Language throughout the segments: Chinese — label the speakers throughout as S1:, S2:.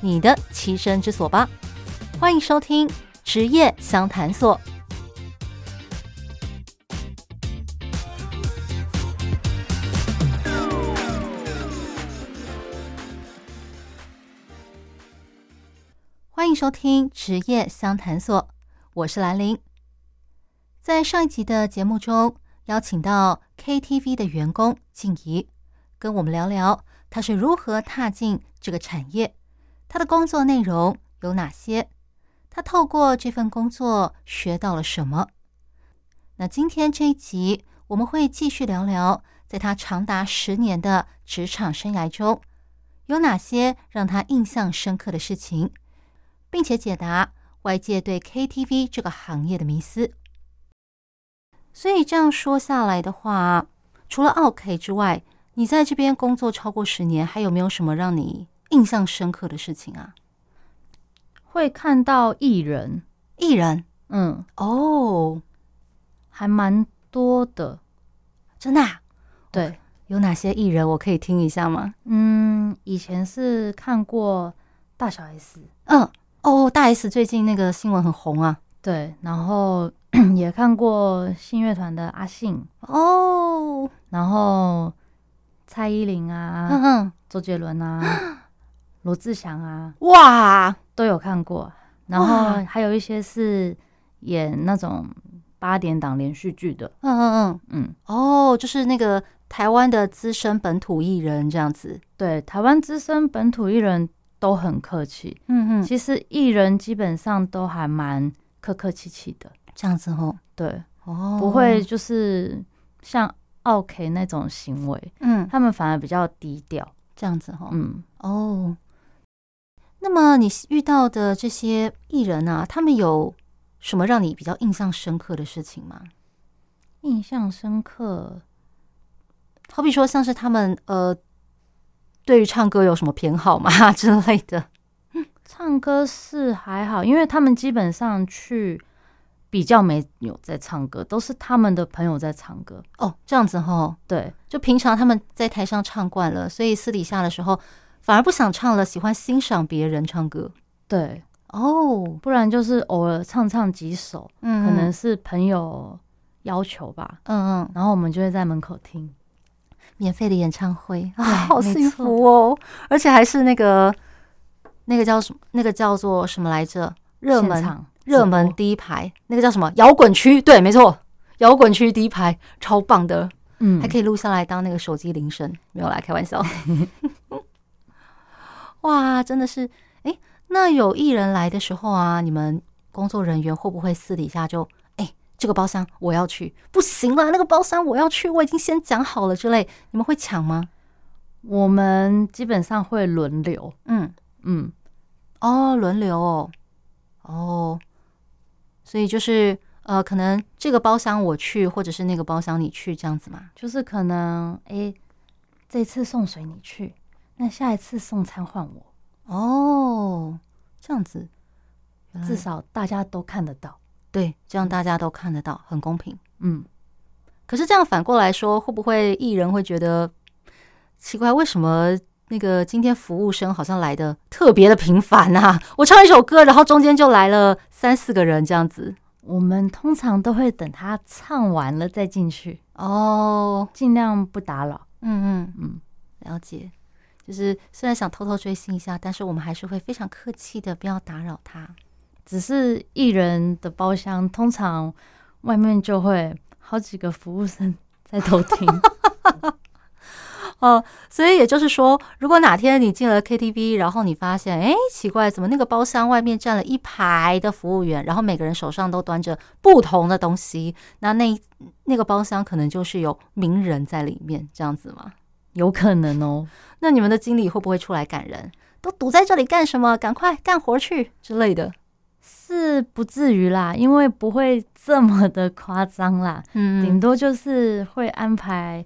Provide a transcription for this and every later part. S1: 你的栖身之所吧！欢迎收听职业相谈所。欢迎收听职业相谈所，我是兰玲。在上一集的节目中，邀请到 KTV 的员工静怡，跟我们聊聊她是如何踏进这个产业，她的工作内容有哪些，她透过这份工作学到了什么。那今天这一集，我们会继续聊聊，在她长达十年的职场生涯中，有哪些让她印象深刻的事情。并且解答外界对 KTV 这个行业的迷思。所以这样说下来的话，除了 OK 之外，你在这边工作超过十年，还有没有什么让你印象深刻的事情啊？
S2: 会看到艺人，
S1: 艺人
S2: 嗯，
S1: 哦，
S2: 还蛮多的。
S1: 真的啊、
S2: 对，
S1: 有哪些艺人我可以听一下吗？
S2: 嗯，以前是看过大小 S，
S1: 嗯，哦，大 S 最近那个新闻很红啊。
S2: 对，然后 也看过信乐团的阿信，
S1: 哦，
S2: 然后蔡依林 啊，
S1: 嗯嗯，
S2: 周杰伦啊，罗志祥啊，
S1: 哇，
S2: 都有看过。然
S1: 哇
S2: 后还有一些是演那种八点档连续剧的，
S1: 嗯嗯
S2: 嗯，
S1: 嗯，哦，就是那个台湾的资深本土艺人这样子。
S2: 对，台湾资深本土艺人都很客气，
S1: 嗯嗯，
S2: 其实艺人基本上都还蛮客客气气的，
S1: 这样子哦，
S2: 对，
S1: 哦，
S2: 不会，就是像奥 K 那种行为，
S1: 嗯，
S2: 他们反而比较低调。
S1: 这样子哈、哦，
S2: 嗯，
S1: 哦。那么你遇到的这些艺人啊，他们有什么让你比较印象深刻的事情吗？
S2: 印象深刻，
S1: 好比说，像是他们呃，对于唱歌有什么偏好吗 之类的？
S2: 唱歌是还好，因为他们基本上去比较没有在唱歌，都是他们的朋友在唱歌。
S1: 哦，这样子哈、哦，
S2: 对
S1: 就平常他们在台上唱惯了，所以私底下的时候反而不想唱了，喜欢欣赏别人唱歌。
S2: 对，
S1: 哦，
S2: 不然就是偶尔唱唱几首，
S1: 嗯，
S2: 可能，是朋友要求吧，
S1: 嗯嗯，
S2: 然后我们就会在门口听。
S1: 免费的演唱会啊，
S2: 对
S1: 好
S2: 没
S1: 幸
S2: 错
S1: 福哦！而且还是那个那个叫什么，那个叫做什么来着？热
S2: 现
S1: 门
S2: 场
S1: 热
S2: 直
S1: 门
S2: 播，
S1: 第一排，那个叫什么？摇滚区？对，没错，摇滚区第一排，超棒的，
S2: 嗯，
S1: 还可以录下来当那个手机铃声。没有啦，开玩笑。 哇，真的是，哎，那有艺人来的时候啊，你们工作人员会不会私底下就，哎，这个包厢我要去，不行啦，那个包厢我要去，我已经先讲好了之类，你们会抢吗？
S2: 我们基本上会轮流，
S1: 嗯，
S2: 嗯，
S1: 哦，轮流哦，哦，所以就是呃，可能这个包厢我去，或者是那个包厢你去这样子嘛。
S2: 就是可能诶，这次送水你去，那下一次送餐换我，
S1: 哦，这样子，原来
S2: 至少大家都看得到，
S1: 对，这样大家都看得到，很公平。
S2: 嗯，
S1: 可是这样反过来说，会不会艺人会觉得奇怪？为什么那个今天服务生好像来的特别的频繁啊？我唱一首歌，然后中间就来了三四个人这样子。
S2: 我们通常都会等他唱完了再进去，
S1: 哦，
S2: 尽量不打扰，
S1: 嗯嗯。
S2: 嗯，
S1: 了解，就是虽然想偷偷追星一下，但是我们还是会非常客气的，不要打扰他。
S2: 只是艺人的包厢通常外面就会好几个服务生在偷听，
S1: 哦、所以也就是说，如果哪天你进了 KTV，然后你发现，哎，奇怪，怎么那个包厢外面站了一排的服务员，然后每个人手上都端着不同的东西，那那一那个包厢可能就是有名人在里面，这样子吗？
S2: 有可能哦，
S1: 那你们的经理会不会出来赶人？都堵在这里干什么？赶快干活去之类的。
S2: 是不至于啦，因为不会这么的夸张啦，顶、
S1: 嗯，
S2: 多就是会安排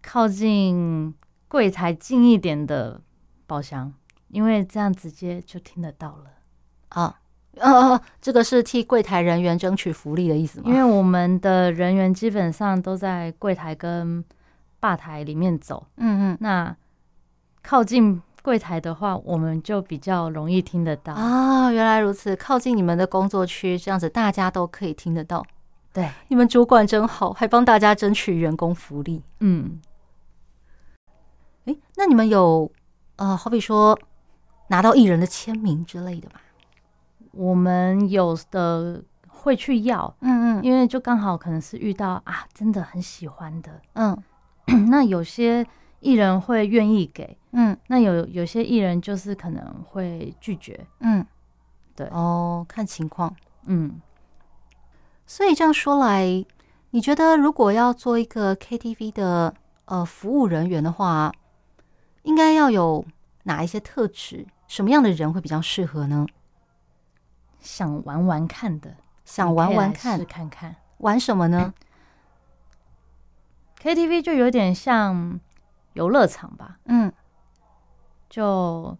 S2: 靠近柜台近一点的包厢，因为这样直接就听得到了。
S1: 啊，呃，这个是替柜台人员争取福利的意思吗？
S2: 因为我们的人员基本上都在柜台跟吧台里面走，
S1: 嗯
S2: 那靠近柜台的话，我们就比较容易听得到。
S1: 嗯啊，原来如此，靠近你们的工作区，这样子大家都可以听得到。
S2: 对，
S1: 你们主管真好，还帮大家争取员工福利。
S2: 嗯，
S1: 诶，那你们有呃，好比说拿到艺人的签名之类的吗？
S2: 我们有的会去要，
S1: 嗯
S2: 因为就刚好可能是遇到啊，真的很喜欢的。
S1: 嗯
S2: 那有些艺人会愿意给，
S1: 嗯
S2: 那有有些艺人就是可能会拒绝。
S1: 嗯，
S2: 对
S1: 哦，看情况。
S2: 嗯，
S1: 所以这样说来，你觉得如果要做一个 KTV 的呃服务人员的话，应该要有哪一些特质？什么样的人会比较适合呢？
S2: 想玩玩看的，
S1: 想玩玩
S2: 你可以来
S1: 看
S2: 试，看看。
S1: 玩什么呢？
S2: KTV 就有点像游乐场吧，
S1: 嗯
S2: 就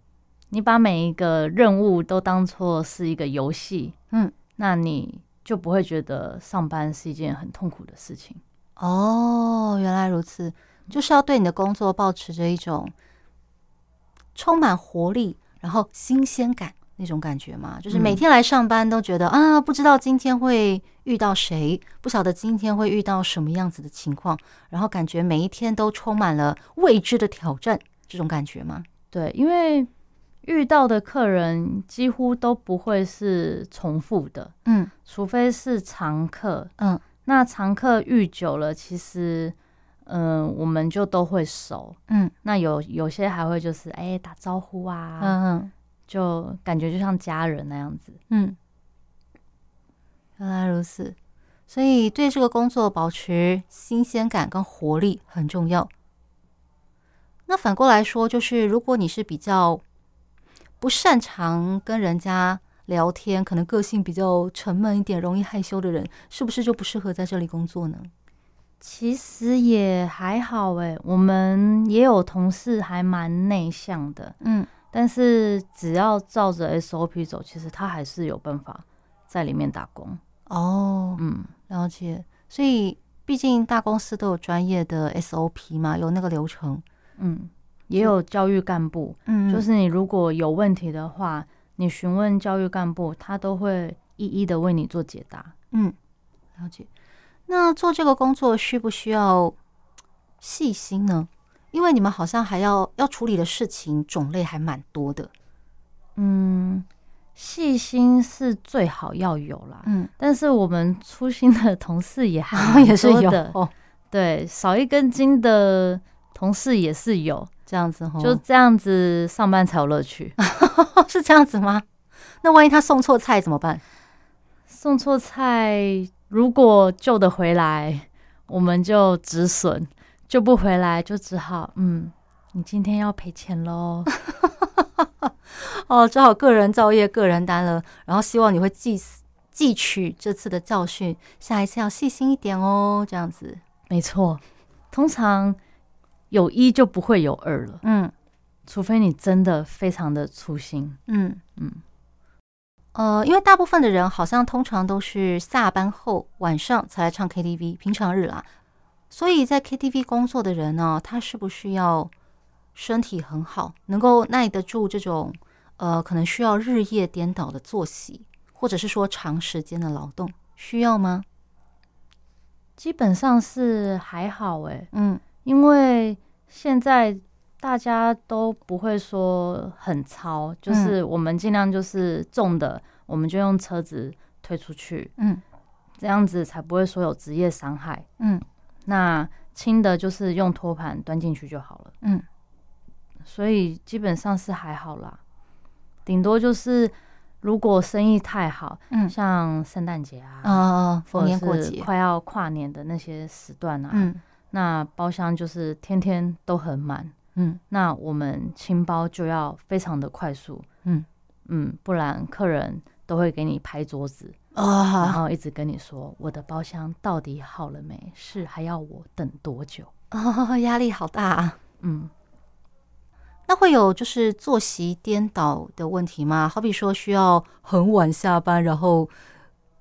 S2: 你把每一个任务都当做是一个游戏，
S1: 嗯，
S2: 那你就不会觉得上班是一件很痛苦的事情。
S1: 哦，原来如此，就是要对你的工作保持着一种充满活力，然后新鲜感那种感觉嘛。就是每
S2: 嗯
S1: 天来上班都觉得、啊，不知道今天会遇到谁，不晓得今天会遇到什么样子的情况，然后感觉每一天都充满了未知的挑战，这种感觉吗？
S2: 对，因为遇到的客人几乎都不会是重复的，
S1: 嗯
S2: 除非是常客。
S1: 嗯
S2: 那常客遇久了，其实，嗯、我们就都会熟。
S1: 嗯
S2: 那有有些还会就是哎、打招呼啊，
S1: 嗯
S2: 就感觉就像家人那样子。
S1: 嗯，原来如此。所以对这个工作保持新鲜感跟活力很重要。那反过来说，就是如果你是比较不擅长跟人家聊天，可能个性比较沉闷一点，容易害羞的人，是不是就不适合在这里工作呢？
S2: 其实也还好诶，我们也有同事还蛮内向的，
S1: 嗯，
S2: 但是只要照着 SOP 走，其实他还是有办法在里面打工。
S1: 哦，
S2: 嗯，
S1: 了解。所以毕竟大公司都有专业的 SOP 嘛，有那个流程。
S2: 嗯，也有教育干部，
S1: 嗯
S2: 就是你如果有问题的话，你询问教育干部，他都会一一的为你做解答。
S1: 嗯，了解。那做这个工作需不需要细心呢？因为你们好像还要要处理的事情种类还蛮多的。
S2: 嗯，细心是最好要有啦，
S1: 嗯，
S2: 但是我们粗心的同事也还
S1: 然后
S2: 蛮
S1: 也是
S2: 多
S1: 有
S2: 的，
S1: 哦，
S2: 对，少一根筋的同事也是有，
S1: 这样子哦，
S2: 就 这样子上班才有乐趣。
S1: 是这样子吗？那万一他送错菜怎么办？
S2: 送错菜，如果救得回来，我们就止损；救不回来，就只好嗯，你今天要赔钱喽。
S1: 哦，只好个人造业、个人担了。然后希望你会记死记取这次的教训，下一次要细心一点哦，这样子。
S2: 没错，通常有一就不会有二了，
S1: 嗯，
S2: 除非你真的非常的粗心。
S1: 嗯嗯
S2: 嗯，
S1: 呃，因为大部分的人好像通常都是下班后晚上才来唱 KTV，平常日啦。所以在 KTV 工作的人呢、他是不是要身体很好，能够耐得住这种呃可能需要日夜颠倒的作息，或者是说长时间的劳动，需要吗？
S2: 基本上是还好诶、
S1: 嗯
S2: 因为现在大家都不会说很糙，就是我们尽量就是重的，我们就用车子推出去，
S1: 嗯
S2: 这样子才不会说有职业伤害。
S1: 嗯
S2: 那轻的就是用托盘端进去就好了，
S1: 嗯
S2: 所以基本上是还好啦。顶多就是如果生意太好，
S1: 嗯
S2: 像圣诞节啊，
S1: 啊，逢
S2: 或者
S1: 年过
S2: 是
S1: 节，
S2: 快要跨年的那些时段啊，
S1: 嗯
S2: 那包厢就是天天都很满，
S1: 嗯
S2: 那我们清包就要非常的快速，
S1: 嗯
S2: 嗯，不然客人都会给你拍桌子，然
S1: 啊
S2: 后一直跟你说我的包厢到底好了没？是还要我等多久？
S1: 哦， 压力好大、啊。
S2: 嗯，
S1: 那会有就是作息颠倒的问题吗？好比说需要很晚下班，然后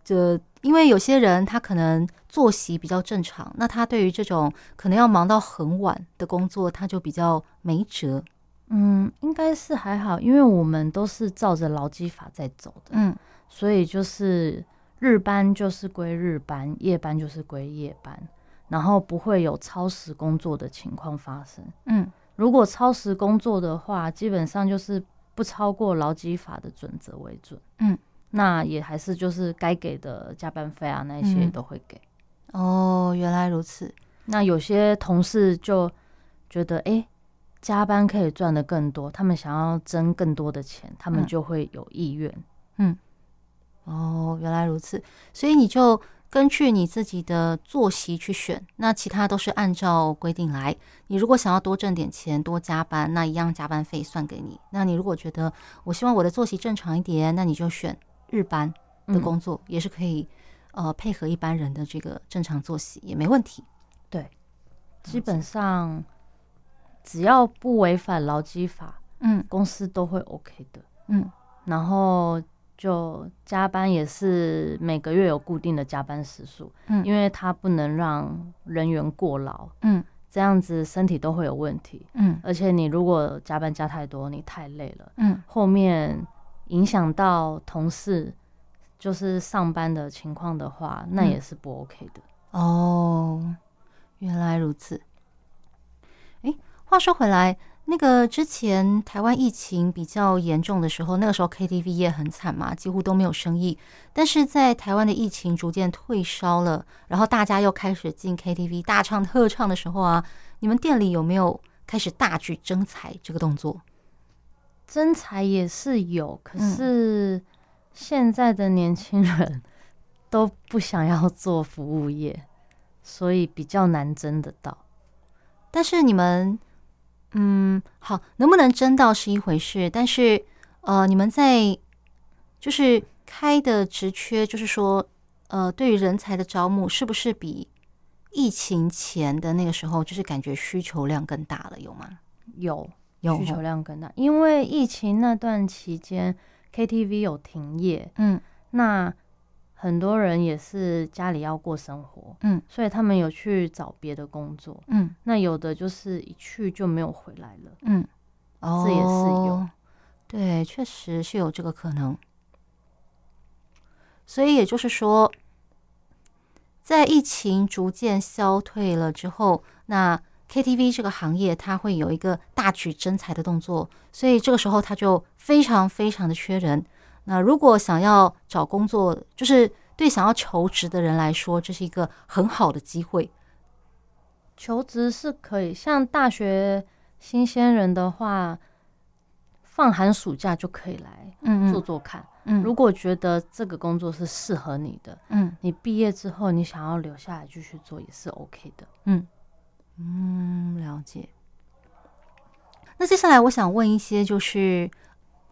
S1: 这因为有些人他可能作息比较正常，那他对于这种可能要忙到很晚的工作，他就比较没辙。
S2: 嗯，应该是还好，因为我们都是照着劳基法在走的，
S1: 嗯
S2: 所以就是日班就是归日班，夜班就是归夜班，然后不会有超时工作的情况发生。
S1: 嗯
S2: 如果超时工作的话，基本上就是不超过劳基法的准则为准。
S1: 嗯，
S2: 那也还是就是该给的加班费啊，那一些
S1: 嗯
S2: 都会给。
S1: 哦，原来如此。
S2: 那有些同事就觉得，哎、加班可以赚的更多，他们想要挣更多的钱，他们
S1: 嗯
S2: 就会有意愿。
S1: 哦，原来如此，所以你就根据你自己的作息去选，那其他都是按照规定来。你如果想要多挣点钱，多加班，那一样加班费算给你。那你如果觉得我希望我的作息正常一点，那你就选日班的
S2: 嗯
S1: 工作，也是可以呃配合一般人的这个正常作息也没问题。
S2: 基本上只要不违反劳基法，
S1: 嗯
S2: 公司都会 OK 的。
S1: 嗯，
S2: 然后就加班也是每个月有固定的加班时数，
S1: 嗯
S2: 因为它不能让人员过劳，
S1: 嗯
S2: 这样子身体都会有问题。
S1: 嗯
S2: 而且你如果加班加太多，你太累了，
S1: 嗯
S2: 后面影响到同事就是上班的情况的话，那
S1: 嗯
S2: 也是不 OK 的。
S1: 哦，原来如此。诶，话说回来，那个之前台湾疫情比较严重的时候，那个时候 KTV 业很惨嘛，几乎都没有生意。但是在台湾的疫情逐渐退烧了，然后大家又开始进 KTV 大唱特唱的时候啊，你们店里有没有开始大举征才这个动作？
S2: 真才也是有，可
S1: 嗯
S2: 是现在的年轻人都不想要做服务业， 所以比较难争得到。
S1: 但是你们，嗯，好，能不能争到是一回事，但是呃，你们在就是开的职缺，就是说，呃，对于人才的招募，是不是比疫情前的那个时候，就是感觉需求量更大了，有吗？
S2: 有
S1: 有
S2: 需求
S1: 哦，
S2: 量更大，因为疫情那段期间 KTV 有停业，
S1: 嗯
S2: 那很多人也是家里要过生活，
S1: 嗯，
S2: 所以他们有去找别的工作。
S1: 嗯
S2: 那有的就是一去就没有回来了。
S1: 嗯，哦，
S2: 这也是有
S1: 对，确实是有这个可能。所以也就是说，在疫情逐渐消退了之后，那 KTV 这个行业它会有一个大举征才的动作，所以这个时候它就非常非常的缺人。那如果想要找工作，就是对想要求职的人来说，这是一个很好的机会。
S2: 求职是可以，像大学新鲜人的话，放寒暑假就可以来
S1: 嗯
S2: 做做看。
S1: 嗯
S2: 如果觉得这个工作是适合你的，
S1: 嗯
S2: 你毕业之后你想要留下来继续做也是 OK 的。
S1: 嗯，了解。那接下来我想问一些，就是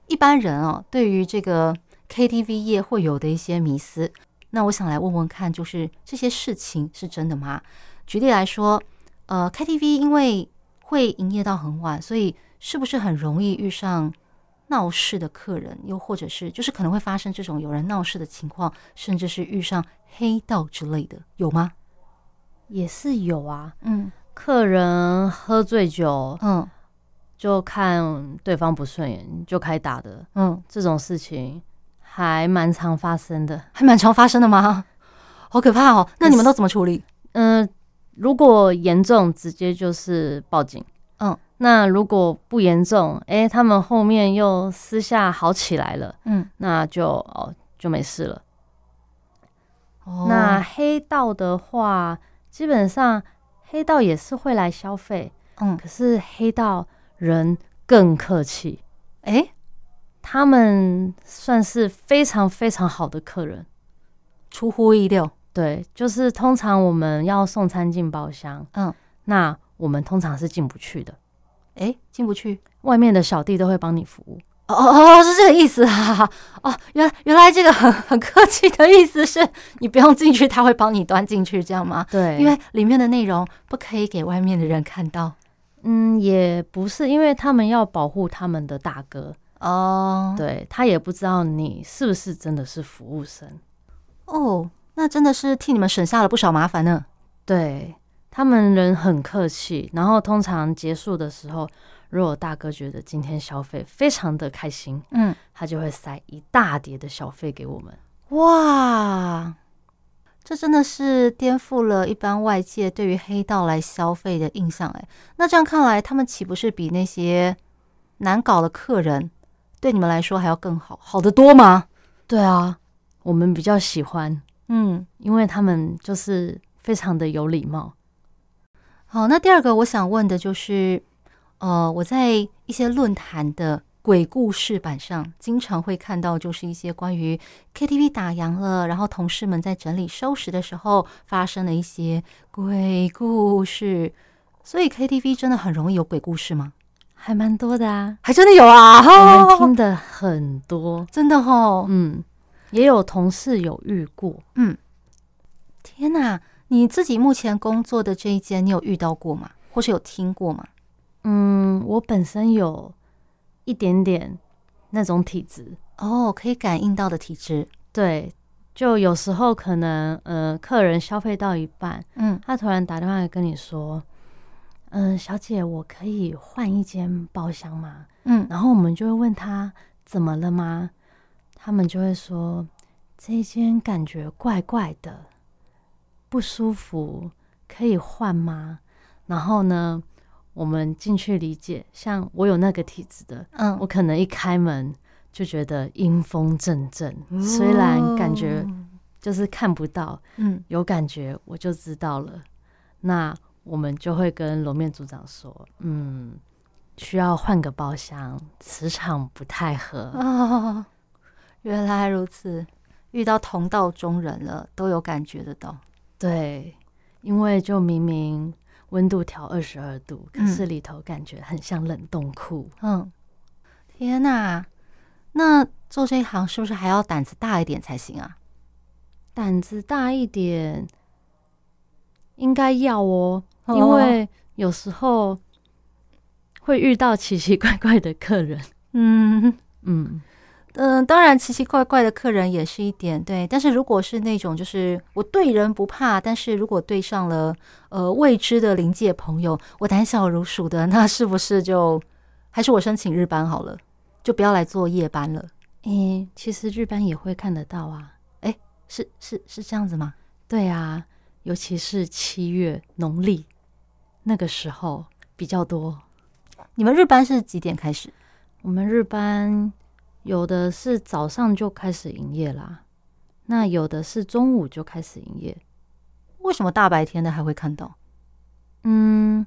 S1: 一般人哦，对于这个 KTV 业会有的一些迷思。那我想来问问看，就是这些事情是真的吗？举例来说，呃，KTV 因为会营业到很晚，所以是不是很容易遇上闹事的客人？又或者是就是可能会发生这种有人闹事的情况，甚至是遇上黑道之类的，有吗？
S2: 也是有啊，
S1: 嗯
S2: 客人喝醉酒
S1: 嗯
S2: 就看对方不顺眼就开打的
S1: 嗯，
S2: 这种事情，还蛮常发生的。
S1: 还蛮常发生的吗？好可怕哦！那你们都怎么处理？
S2: 嗯、如果严重，直接就是报警。
S1: 嗯，
S2: 那如果不严重，诶，他们后面又私下好起来了，
S1: 嗯，
S2: 那就哦就没事了。
S1: 哦
S2: 那黑道的话，基本上黑道也是会来消费，
S1: 嗯，
S2: 可是黑道人更客气，
S1: 哎，
S2: 他们算是非常非常好的客人。
S1: 出乎意料，
S2: 对，就是通常我们要送餐进包厢，
S1: 嗯，
S2: 那我们通常是进不去的。
S1: 诶，进不去。
S2: 外面的小弟都会帮你服务。
S1: 哦哦哦，是这个意思啊！哦，原原来这个很很客气的意思是 你不用进去，他会帮你端进去，这样吗？
S2: 对，
S1: 因为里面的内容不可以给外面的人看到。
S2: 嗯，也不是，因为他们要保护他们的大哥，
S1: 哦，
S2: 对他也不知道你是不是真的是服务生。
S1: 哦，那真的是替你们省下了不少麻烦呢。
S2: 对他们人很客气，然后通常结束的时候，如果大哥觉得今天消费非常的开心，
S1: 嗯，
S2: 他就会塞一大叠的小费给我们。
S1: 哇，这真的是颠覆了一般外界对于黑道来消费的印象哎。那这样看来，他们岂不是比那些难搞的客人对你们来说还要更好，好得多吗？
S2: 对啊，我们比较喜欢，
S1: 嗯，
S2: 因为他们就是非常的有礼貌。
S1: 好，那第二个我想问的就是，呃，我在一些论坛的鬼故事版上，经常会看到，就是一些关于 KTV 打烊了，然后同事们在整理收拾的时候发生的一些鬼故事。所以 KTV 真的很容易有鬼故事吗？
S2: 还蛮多的啊，
S1: 还真的有啊！
S2: 我 们
S1: 哦
S2: 听的很多，
S1: 真的哦，
S2: 嗯，也有同事有遇过，
S1: 嗯天哪！你自己目前工作的这一间，你有遇到过吗？或是有听过吗？
S2: 嗯，我本身有一点点那种体质，
S1: 哦，可以感应到的体质，
S2: 对，就有时候可能呃，客人消费到一半，
S1: 嗯，
S2: 他突然打电话来跟你说，嗯、小姐，我可以换一间包厢吗？
S1: 嗯，
S2: 然后我们就会问他怎么了吗？他们就会说这一间感觉怪怪的，不舒服，可以换吗？然后呢，我们进去理解，像我有那个体质的，
S1: 嗯，
S2: 我可能一开门就觉得阴风阵阵，虽然感觉
S1: 哦，
S2: 就是看不到，
S1: 嗯，
S2: 有感觉我就知道了。那我们就会跟楼面组长说，嗯，需要换个包厢，磁场不 太合。
S1: 哦，原来如此，遇到同道中人了，都有感觉得到。
S2: 对，因为就明明温度调二十二度，可是里头感觉很像冷冻库。
S1: 嗯，天哪，那做这一行是不是还要胆子大一点才行啊？
S2: 胆子大一点，应该要哦，
S1: 哦
S2: 因为有时候会遇到奇奇怪怪的客人。
S1: 嗯
S2: 嗯，
S1: 嗯，当然奇奇怪怪的客人也是一点对，但是如果是那种就是我对人不怕，但是如果对上了呃未知的临界朋友，我胆小如鼠的，那是不是就还是我申请日班好了，就不要来做夜班了？
S2: 诶、其实日班也会看得到啊。
S1: 是是是这样子吗？
S2: 对啊，尤其是七月农历那个时候比较多。
S1: 你们日班是几点开始？
S2: 我们日班有的是早上就开始营业啦，那有的是中午就开始营业。
S1: 为什么大白天的还会看到？
S2: 嗯，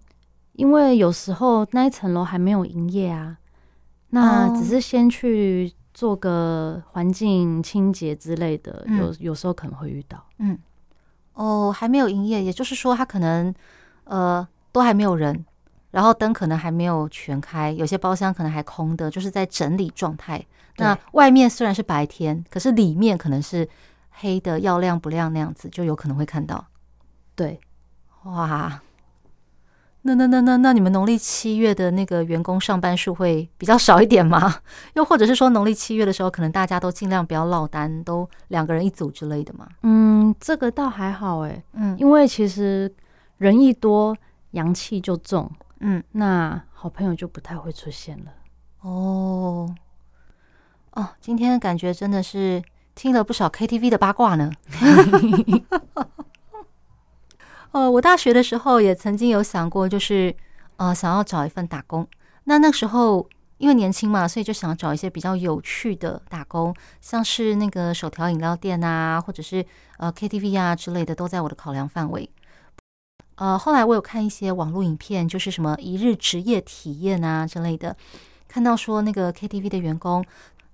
S2: 因为有时候那一层楼还没有营业啊，那
S1: 哦
S2: 只是先去做个环境清洁之类的，
S1: 嗯
S2: 有有时候可能会遇到。
S1: 哦，还没有营业，也就是说他可能呃都还没有人，然后灯可能还没有全开，有些包厢可能还空的，就是在整理状态。
S2: 对
S1: 那外面虽然是白天，可是里面可能是黑的，要亮不亮那样子，就有可能会看到。
S2: 对，
S1: 哇，那那那那那你们农历七月的那个员工上班数会比较少一点吗？ 又或者是说农历七月的时候，可能大家都尽量不要落单，都两个人一组之类的吗？
S2: 嗯，这个倒还好欸诶，
S1: 嗯
S2: 因为其实人一多，阳气就重，
S1: 嗯，
S2: 那好朋友就不太会出现了。
S1: 哦哦，今天感觉真的是听了不少 KTV 的八卦呢。 呃，我大学的时候也曾经有想过，就是呃，想要找一份打工。那那时候因为年轻嘛，所以就想找一些比较有趣的打工，像是那个手调饮料店啊，或者是呃 KTV 啊之类的，都在我的考量范围。呃，后来我有看一些网络影片，就是什么一日职业体验啊之类的，看到说那个 KTV 的员工，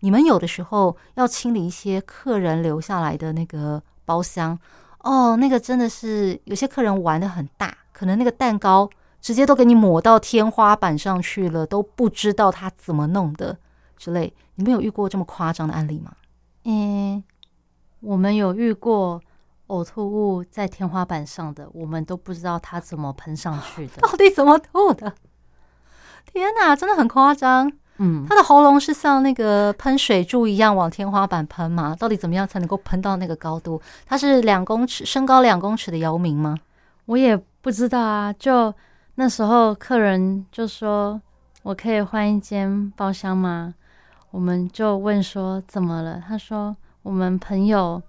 S1: 你们有的时候要清理一些客人留下来的那个包厢，哦，那个真的是有些客人玩的很大，可能那个蛋糕直接都给你抹到天花板上去了，都不知道他怎么弄的之类。你们有遇过这么夸张的案例吗？
S2: 嗯，我们有遇过呕吐物在天花板上的，我们都不知道它怎么喷上去的
S1: 到。底怎么吐的？天哪，真的很夸张！
S2: 嗯，
S1: 他的喉咙是像那个喷水柱一样往天花板喷吗？到底怎么样才能够喷到那个高度？他是两公尺，身高两公尺的姚明吗？
S2: 我也不知道啊。就那时候客人就说：“我可以换一间包厢吗？”我们就问说：“怎么了？”他说：“我们朋友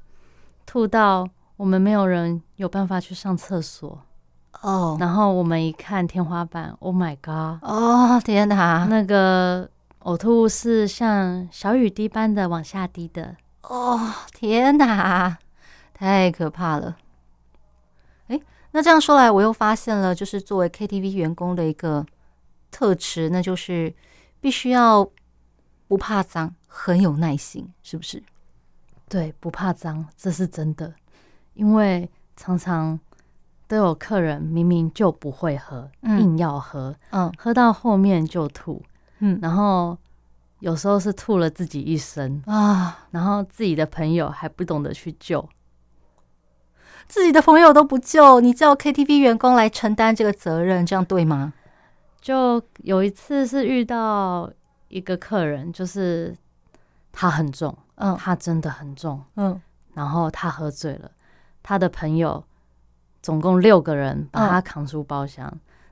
S2: 吐到我们没有人有办法去上厕所。”
S1: 哦
S2: 然后我们一看天花板，Oh my god！
S1: 哦，天哪！
S2: 那个呕吐物是像小雨滴般的往下滴的。
S1: 哦，天哪，太可怕了！诶，那这样说来，我又发现了，就是作为 KTV 员工的一个特质，那就是必须要不怕脏，很有耐心，是不是？
S2: 对，不怕脏，这是真的，因为常常都有客人明明就不会喝，
S1: 嗯
S2: 硬要喝，
S1: 嗯
S2: 喝到后面就吐，
S1: 嗯
S2: 然后有时候是吐了自己一身，
S1: 啊，
S2: 然后自己的朋友还不懂得去救。
S1: 自己的朋友都不救，你叫 KTV 员工来承担这个责任，这样对吗？
S2: 就有一次是遇到一个客人，就是他很重，
S1: 嗯
S2: 他真的很重，
S1: 嗯，
S2: 然后他喝醉了，他的朋友总共六个人把他扛出包厢，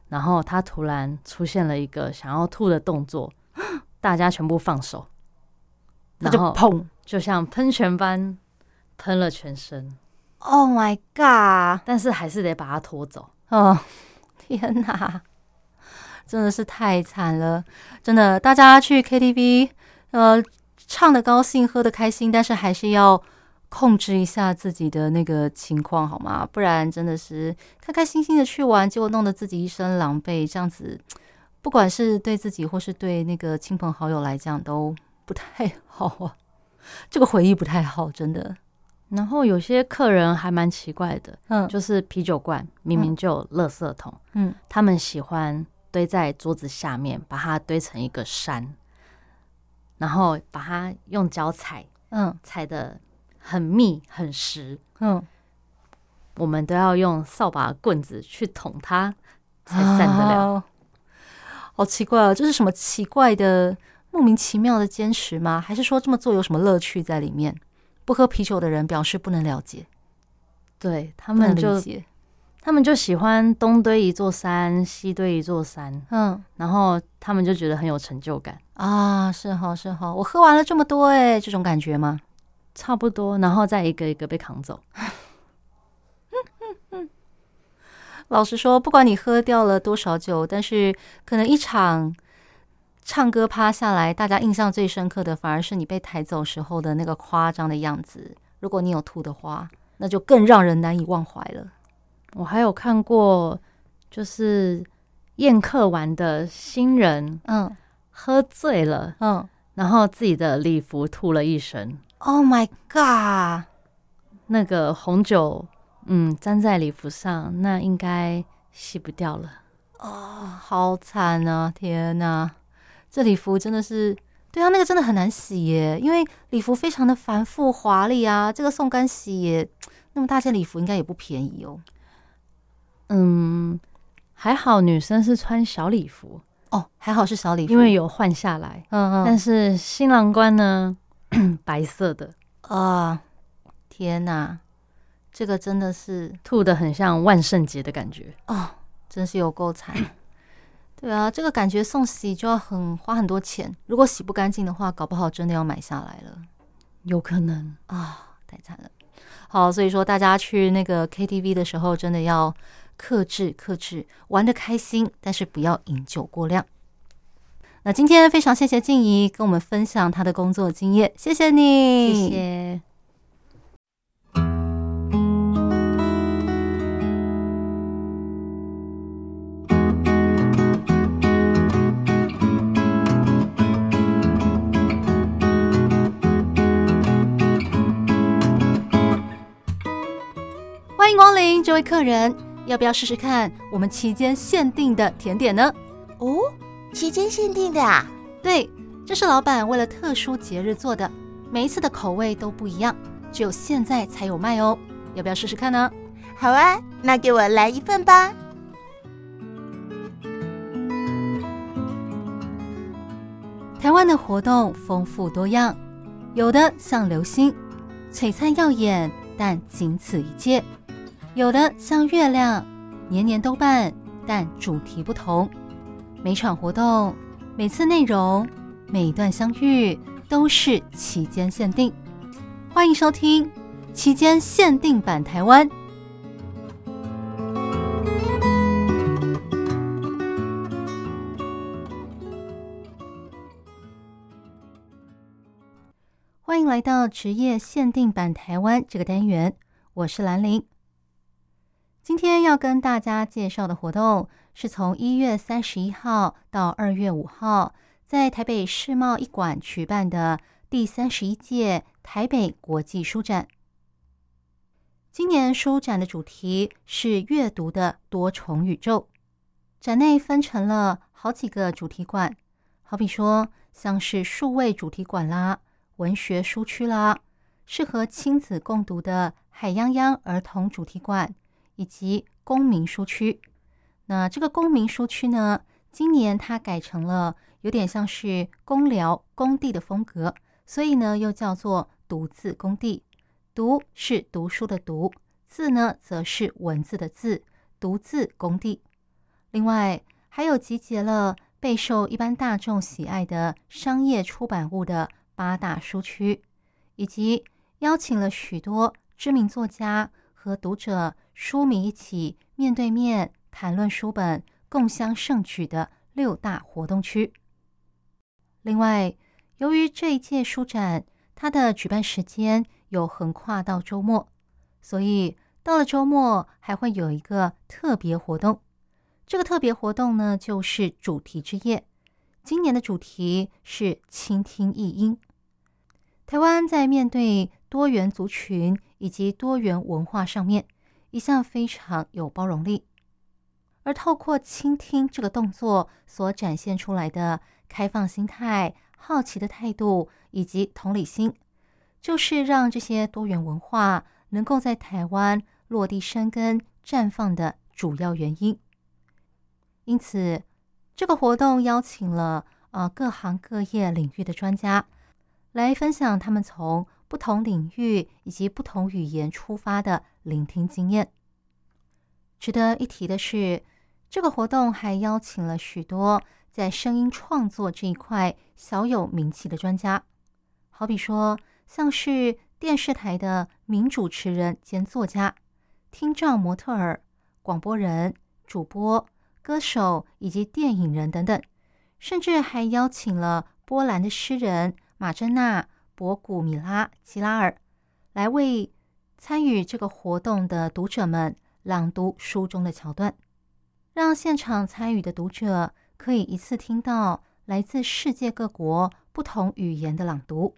S2: 然后他突然出现了一个想要吐的动作， 大家全部放手，
S1: 那
S2: 然
S1: 就
S2: 后
S1: 砰
S2: 就像喷泉般喷了全身，
S1: ！Oh my god！
S2: 但是还是得把他拖走。
S1: 哦， 天哪，真的是太惨了！真的，大家去 KTV，呃，唱的高兴，喝的开心，但是还是要控制一下自己的那个情况，好吗？不然真的是开开心心的去玩，结果弄得自己一身狼狈，这样子，不管是对自己或是对那个亲朋好友来讲，都不太好啊。这个回忆不太好，真的。
S2: 然后有些客人还蛮奇怪的，
S1: 嗯
S2: 就是啤酒罐明明就有垃圾桶，
S1: 嗯，
S2: 他们喜欢堆在桌子下面，把它堆成一个山，然后把它用脚踩，
S1: 嗯
S2: 踩的很密很实，
S1: 嗯，
S2: 我们都要用扫把棍子去捅它才散得了。
S1: 啊好奇怪啊，这是什么奇怪的、莫名其妙的坚持吗？还是说这么做有什么乐趣在里面？不喝啤酒的人表示不能了解，
S2: 对他
S1: 不能
S2: 们
S1: 理
S2: 就
S1: 解。
S2: 他们就喜欢东堆一座山，西堆一座山，
S1: 嗯
S2: 然后他们就觉得很有成就感，
S1: 啊，是哈是哈，我喝完了这么多哎、这种感觉吗？
S2: 差不多，然后再一个一个被扛走。
S1: 老实说，不管你喝掉了多少酒，但是可能一场唱歌趴下来，大家印象最深刻的反而是你被抬走时候的那个夸张的样子。如果你有吐的话，那就更让人难以忘怀了。
S2: 我还有看过，就是宴客完的新人
S1: 嗯
S2: 喝醉了，
S1: 嗯。
S2: 然后自己的礼服吐了一身，
S1: Oh my god！
S2: 那个红酒嗯沾在礼服上，那应该洗不掉了。
S1: 哦，好惨啊！天哪，这礼服真的是，对啊，那个真的很难洗耶，因为礼服非常的繁复华丽啊。这个送干洗也，那么大件礼服应该也不便宜哦。
S2: 嗯，还好女生是穿小礼服，
S1: 哦，还好是小礼服，
S2: 因为有换下来，
S1: 嗯嗯
S2: 但是新郎官呢 白色的，
S1: 啊，天哪，这个真的是
S2: 吐的很像万圣节的感觉。
S1: 哦，真是有够惨。 对啊，这个感觉送洗就要很花很多钱，如果洗不干净的话，搞不好真的要买下来了。
S2: 有可能，
S1: 啊、太惨了。好，所以说大家去那个 KTV 的时候，真的要克制克制，玩的开心，但是不要饮酒过量。那今天非常谢谢静怡跟我们分享她的工作经验，谢谢你，
S2: 谢谢。
S1: 欢迎光临，这位客人，要不要试试看我们期间限定的甜点呢？
S3: 哦，期间限定的啊，
S1: 对，这是老板为了特殊节日做的，每一次的口味都不一样，只有现在才有卖哦。要不要试试看呢？
S3: 好啊，那给我来一份吧。
S1: 台湾的活动丰富多样，有的像流星，璀璨耀眼，但仅此一届；有的像月亮，年年都办，但主题不同。每场活动、每次内容、每段相遇都是期间限定。欢迎收听期间限定版台湾。欢迎来到职业限定版台湾这个单元，我是兰玲。今天要跟大家介绍的活动是从一月三十一号到二月五号，在台北世贸一馆举办的第三十一届台北国际书展。今年书展的主题是阅读的多重宇宙，展内分成了好几个主题馆，好比说像是数位主题馆啦。文学书区啦，适合亲子共读的海洋洋儿童主题馆，以及公民书区。那这个公民书区呢，今年它改成了有点像是公寮工地的风格，所以呢又叫做读字工地。读是读书的读，字呢则是文字的字，读字工地。另外还有集结了备受一般大众喜爱的商业出版物的。八大书区，以及邀请了许多知名作家和读者、书迷一起面对面谈论书本，共襄盛举的六大活动区。另外，由于这一届书展它的举办时间有横跨到周末，所以到了周末还会有一个特别活动。这个特别活动呢，就是主题之夜。今年的主题是倾听异音。台湾在面对多元族群以及多元文化上面，一向非常有包容力，而透过倾听这个动作所展现出来的开放心态、好奇的态度以及同理心，就是让这些多元文化能够在台湾落地生根、绽放的主要原因。因此。这个活动邀请了呃各行各业领域的专家来分享他们从不同领域以及不同语言出发的聆听经验。值得一提的是，这个活动还邀请了许多在声音创作这一块小有名气的专家，好比说像是电视台的名主持人兼作家、听障模特儿、广播人、主播。歌手以及电影人等等，甚至还邀请了波兰的诗人马珍娜、博古米拉吉拉尔来为参与这个活动的读者们朗读书中的桥段，让现场参与的读者可以一次听到来自世界各国不同语言的朗读。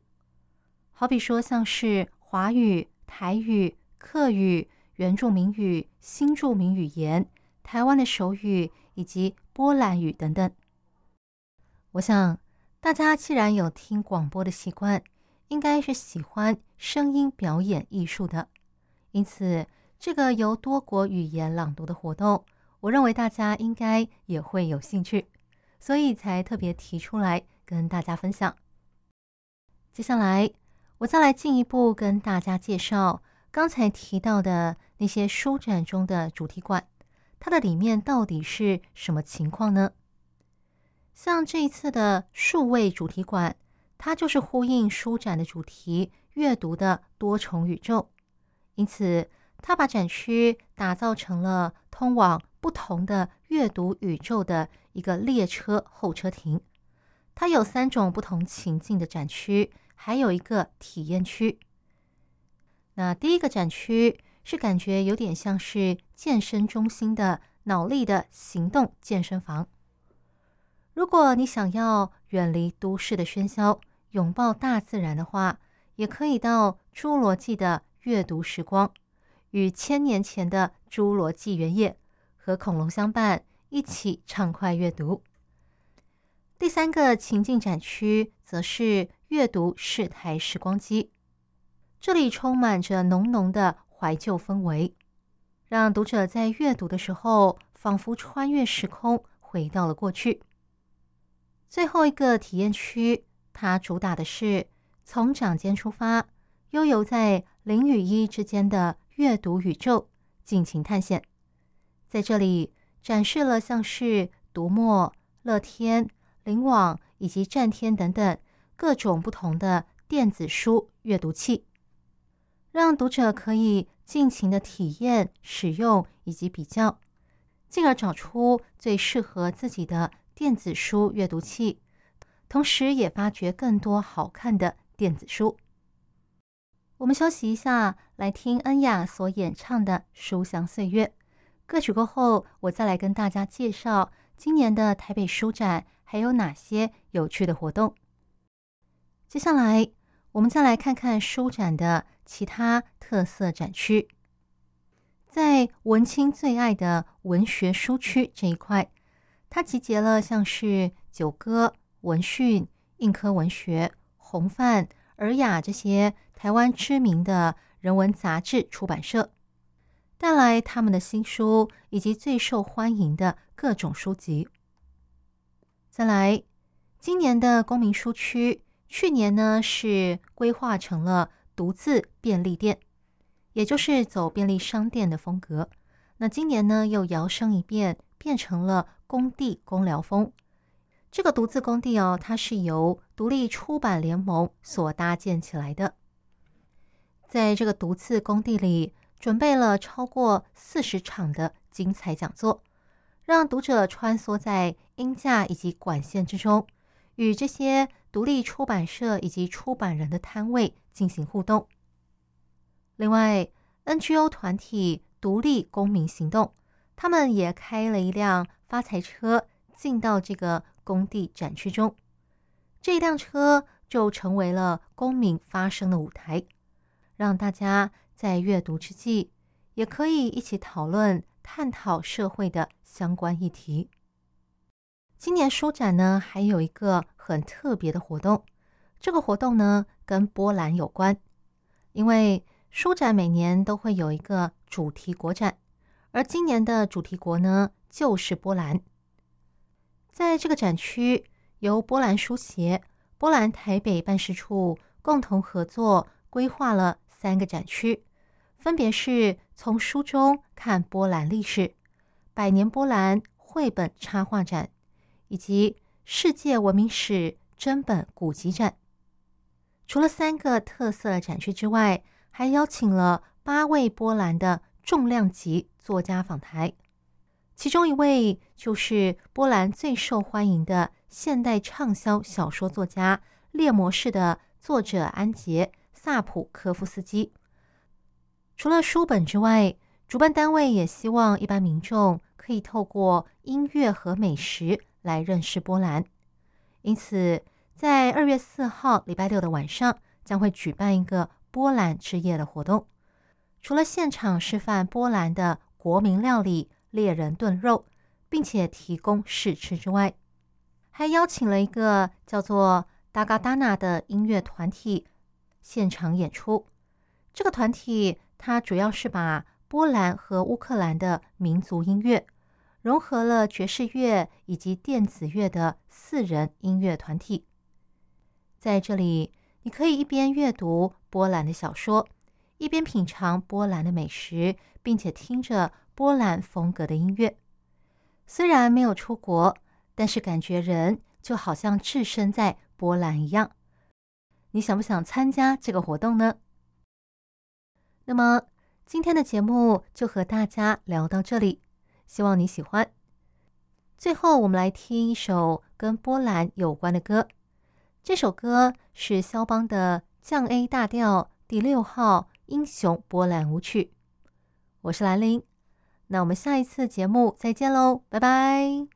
S1: 好比说，像是华语、台语、客语、原住民语、新住民语言。台湾的手语以及波兰语等等，我想大家既然有听广播的习惯，应该是喜欢声音表演艺术的。因此，这个由多国语言朗读的活动，我认为大家应该也会有兴趣，所以才特别提出来跟大家分享。接下来，我再来进一步跟大家介绍刚才提到的那些书展中的主题馆。它的里面到底是什么情况呢？像这一次的数位主题馆，它就是呼应书展的主题——阅读的多重宇宙。因此，它把展区打造成了通往不同的阅读宇宙的一个列车候车亭。它有三种不同情境的展区，还有一个体验区。那第一个展区。是感觉有点像是健身中心的脑力的行动健身房。如果你想要远离都市的喧嚣，拥抱大自然的话，也可以到侏罗纪的阅读时光，与千年前的侏罗纪原野和恐龙相伴，一起畅快阅读。第三个情境展区则是阅读视台时光机，这里充满着浓浓的怀旧氛围，让读者在阅读的时候仿佛穿越时空，回到了过去。最后一个体验区，它主打的是从掌间出发，悠游在零与一之间的阅读宇宙，尽情探险。在这里展示了像是读墨、乐天、灵网以及战天等等各种不同的电子书阅读器，让读者可以尽情的体验、使用以及比较，进而找出最适合自己的电子书阅读器，同时也发掘更多好看的电子书。我们休息一下，来听恩雅所演唱的《书香岁月》。歌曲过后，我再来跟大家介绍今年的台北书展还有哪些有趣的活动。接下来，我们再来看看书展的其他特色展区。在文青最爱的文学书区这一块，它集结了像是九歌、文讯、硬科文学、红范、尔雅这些台湾知名的人文杂志出版社。带来他们的新书以及最受欢迎的各种书籍。再来，今年的公民书区，去年呢是规划成了独自便利店，也就是走便利商店的风格。那今年呢又摇身一变，变成了工地公寮风。这个独自工地哦，它是由独立出版联盟所搭建起来的。在这个独自工地里，准备了超过四十场的精彩讲座，让读者穿梭在音架以及管线之中，与这些独立出版社以及出版人的摊位进行互动。另外，NGO 团体独立公民行动，他们也开了一辆发财车进到这个工地展区中，这辆车就成为了公民发声的舞台，让大家。在阅读之际，也可以一起讨论、探讨社会的相关议题。今年书展呢，还有一个很特别的活动，这个活动呢跟波兰有关，因为书展每年都会有一个主题国展，而今年的主题国呢就是波兰。在这个展区，由波兰书协、波兰台北办事处共同合作规划了三个展区。分别是从书中看波兰历史、百年波兰绘本插画展，以及世界文明史真本古籍展。除了三个特色展区之外，还邀请了八位波兰的重量级作家访谈，其中一位就是波兰最受欢迎的现代畅销小说作家《猎魔士》的作者安杰·萨普科夫斯基。除了书本之外，主办单位也希望一般民众可以透过音乐和美食来认识波兰。因此，在二月四号礼拜六的晚上，将会举办一个波兰之夜的活动。除了现场示范波兰的国民料理猎人炖肉，并且提供试吃之外，还邀请了一个叫做达嘎达纳的音乐团体现场演出。这个团体。它主要是把波兰和乌克兰的民族音乐融合了爵士乐以及电子乐的四人音乐团体。在这里，你可以一边阅读波兰的小说，一边品尝波兰的美食，并且听着波兰风格的音乐。虽然没有出国，但是感觉人就好像置身在波兰一样。你想不想参加这个活动呢？那么今天的节目就和大家聊到这里，希望你喜欢。最后，我们来听一首跟波兰有关的歌，这首歌是肖邦的降 A 大调第六号英雄波兰舞曲。我是兰陵，那我们下一次节目再见喽，拜拜。